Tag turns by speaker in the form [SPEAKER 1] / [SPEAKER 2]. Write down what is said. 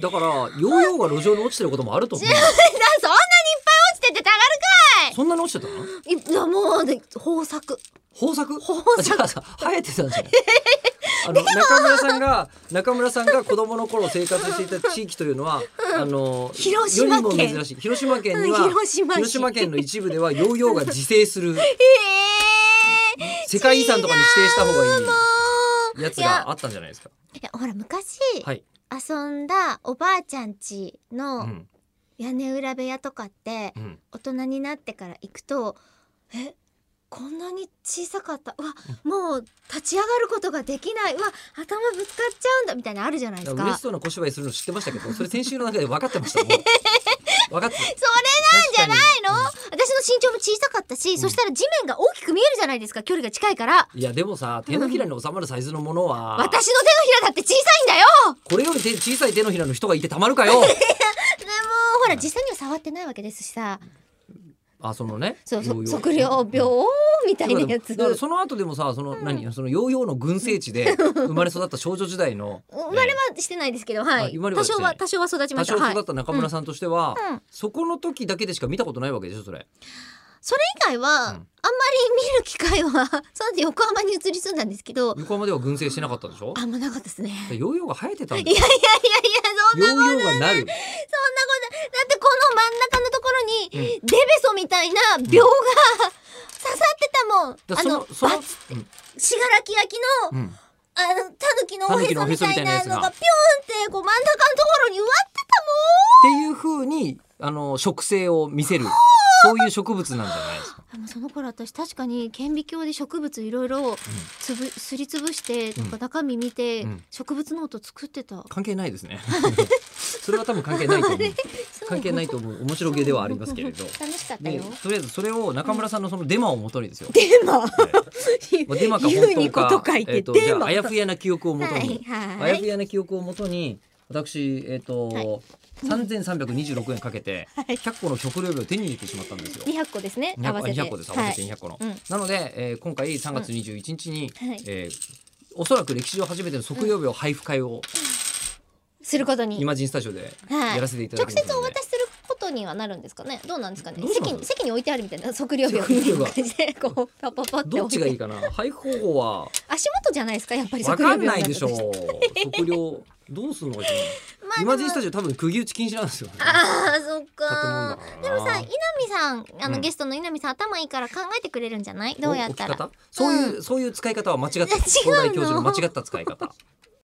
[SPEAKER 1] だからヨーヨーが路上に落ちてることもあると思う
[SPEAKER 2] そんなにいっ ぱい落ちててたがる
[SPEAKER 1] そんなに落ちてたの
[SPEAKER 2] かいいやもうね豊作
[SPEAKER 1] 豊作
[SPEAKER 2] 豊作
[SPEAKER 1] あじゃあさ生えてたん じゃないあの中村さんが中村さんが子供の頃生活していた地域というのはあの
[SPEAKER 2] 広島県
[SPEAKER 1] よりも珍しい広島県には
[SPEAKER 2] うん広島市
[SPEAKER 1] 広島県の一部ではヨーヨーが自生する
[SPEAKER 2] ええー、
[SPEAKER 1] 世界遺産とかに指定した方がい
[SPEAKER 2] も
[SPEAKER 1] いうやつ
[SPEAKER 2] いや
[SPEAKER 1] があったんじゃないですか。
[SPEAKER 2] いやほら昔、
[SPEAKER 1] はい。
[SPEAKER 2] 遊んだおばあちゃん家
[SPEAKER 1] う
[SPEAKER 2] の
[SPEAKER 1] ん
[SPEAKER 2] 屋根裏部屋とかって、
[SPEAKER 1] うん。
[SPEAKER 2] 大人になってから行くとえこんなに小さかったうわもう立ち上がることができないうわ頭ぶつかっちゃうんだみたいなのあるじゃないですか
[SPEAKER 1] 嬉しそうな小芝居するの知ってましたけど、それ先週の中で分かってました。もう分かってた。
[SPEAKER 2] それなんじゃないの、
[SPEAKER 1] 確
[SPEAKER 2] 私の身長も小さかったし、そしたら地面が大きく見えるじゃないですか距離が近いから
[SPEAKER 1] いやでもさ、手のひらに収まるサイズのものは、
[SPEAKER 2] 私の手のひらだって小さいんだよ
[SPEAKER 1] これより手小さい手のひらの人がいてたまる かよ。
[SPEAKER 2] でもほら実際には触ってないわけですしさ
[SPEAKER 1] あ、そのね。
[SPEAKER 2] そうそ
[SPEAKER 1] ヨーヨー
[SPEAKER 2] 測量病みたいなやつ
[SPEAKER 1] だからだからその後でもさその、何そのヨーヨーの群生 地で生まれ育った少女時代の
[SPEAKER 2] 生まれはしてないですけど、は
[SPEAKER 1] あ
[SPEAKER 2] い
[SPEAKER 1] 生まれは
[SPEAKER 2] 多
[SPEAKER 1] して
[SPEAKER 2] 少
[SPEAKER 1] ない
[SPEAKER 2] は多少は育ちま
[SPEAKER 1] 多
[SPEAKER 2] した
[SPEAKER 1] 少
[SPEAKER 2] はい
[SPEAKER 1] 育った中村さんとしては、
[SPEAKER 2] うんうん
[SPEAKER 1] そこの時だけでしか見たことないわけでしょそれ。
[SPEAKER 2] それ以外は、あんまり見る機会は その後横浜に移り住んだんですけど
[SPEAKER 1] 横浜では群生してなかったでしょ。
[SPEAKER 2] あんまなかったですねい
[SPEAKER 1] でヨーヨーが生えてたんだよ
[SPEAKER 2] やいやいやいやそん
[SPEAKER 1] ヨ
[SPEAKER 2] な
[SPEAKER 1] ーヨ
[SPEAKER 2] こと
[SPEAKER 1] ーがなる。
[SPEAKER 2] だってこの真ん中のところに、デベソみたいな病が刺さってたもん、あ
[SPEAKER 1] だそ
[SPEAKER 2] の
[SPEAKER 1] のその
[SPEAKER 2] ば信楽焼きの
[SPEAKER 1] うんうん
[SPEAKER 2] あのタヌキのおへそみたいな
[SPEAKER 1] 狸のおへそみたいな
[SPEAKER 2] の
[SPEAKER 1] やつ
[SPEAKER 2] が
[SPEAKER 1] が
[SPEAKER 2] ピュンってこう真ん中のところに植わってたもん
[SPEAKER 1] っていう風にあの植生を見せるそういう植物なんじゃないですか。
[SPEAKER 2] でもその頃私確かに顕微鏡で植物いろいろつぶすりつぶしてとか中身見て
[SPEAKER 1] うん
[SPEAKER 2] 植物ノート作ってた、
[SPEAKER 1] 関係ないです ね。それは多分関係ないと思う。関係ないと思う面白げではありますけれど。
[SPEAKER 2] 楽しかった
[SPEAKER 1] で
[SPEAKER 2] よ
[SPEAKER 1] とりあえずそれを中村さんのそのデマをもとにですよ。
[SPEAKER 2] デマ
[SPEAKER 1] まあデマか
[SPEAKER 2] 言う
[SPEAKER 1] 本
[SPEAKER 2] にこ
[SPEAKER 1] 当
[SPEAKER 2] と
[SPEAKER 1] か
[SPEAKER 2] 書い。て
[SPEAKER 1] えっと
[SPEAKER 2] デマ
[SPEAKER 1] じゃああやふやな記憶をもとに、
[SPEAKER 2] はい
[SPEAKER 1] あやふやな記憶をもとに私えっ
[SPEAKER 2] は
[SPEAKER 1] と三千三百二十六円かけて
[SPEAKER 2] はい
[SPEAKER 1] 百個の食料日を手に入れてしまったんですよ。
[SPEAKER 2] 200個ですね合わせて
[SPEAKER 1] 200個です合わせて200個の、
[SPEAKER 2] うん
[SPEAKER 1] なので、えー今回3月21日に、
[SPEAKER 2] うんはい
[SPEAKER 1] えーおそらく歴史上初めての測量病配布会を
[SPEAKER 2] すること
[SPEAKER 1] イ
[SPEAKER 2] に
[SPEAKER 1] マジンスタジオで
[SPEAKER 2] はい
[SPEAKER 1] やらせていただ
[SPEAKER 2] 直
[SPEAKER 1] きます
[SPEAKER 2] 接お
[SPEAKER 1] ので、
[SPEAKER 2] 渡しすることにはなるんですかねどうなんですかね
[SPEAKER 1] どうなんだろ
[SPEAKER 2] 席
[SPEAKER 1] う
[SPEAKER 2] に席に置いてあるみたいな測量病みたいな感じでこうパパパって
[SPEAKER 1] どっ
[SPEAKER 2] 置
[SPEAKER 1] ち
[SPEAKER 2] い
[SPEAKER 1] が
[SPEAKER 2] て
[SPEAKER 1] いいかな配布方法は
[SPEAKER 2] 足元じゃないですかやっぱり
[SPEAKER 1] わ
[SPEAKER 2] 測量
[SPEAKER 1] か
[SPEAKER 2] 病
[SPEAKER 1] んないでしょう
[SPEAKER 2] になったと
[SPEAKER 1] 測量どうするのかしら、
[SPEAKER 2] まあ
[SPEAKER 1] イマジンスタジオ多分釘打ち禁止なんですよね
[SPEAKER 2] あーそっか
[SPEAKER 1] 建物だからな
[SPEAKER 2] でもさ稲見さんあの、
[SPEAKER 1] うん
[SPEAKER 2] ゲストの稲見さん頭いいから考えてくれるんじゃないどうやった
[SPEAKER 1] お
[SPEAKER 2] ら
[SPEAKER 1] 置き方そういう、そういう使い方は間違った
[SPEAKER 2] え違うの
[SPEAKER 1] 東大教授の間違った使い方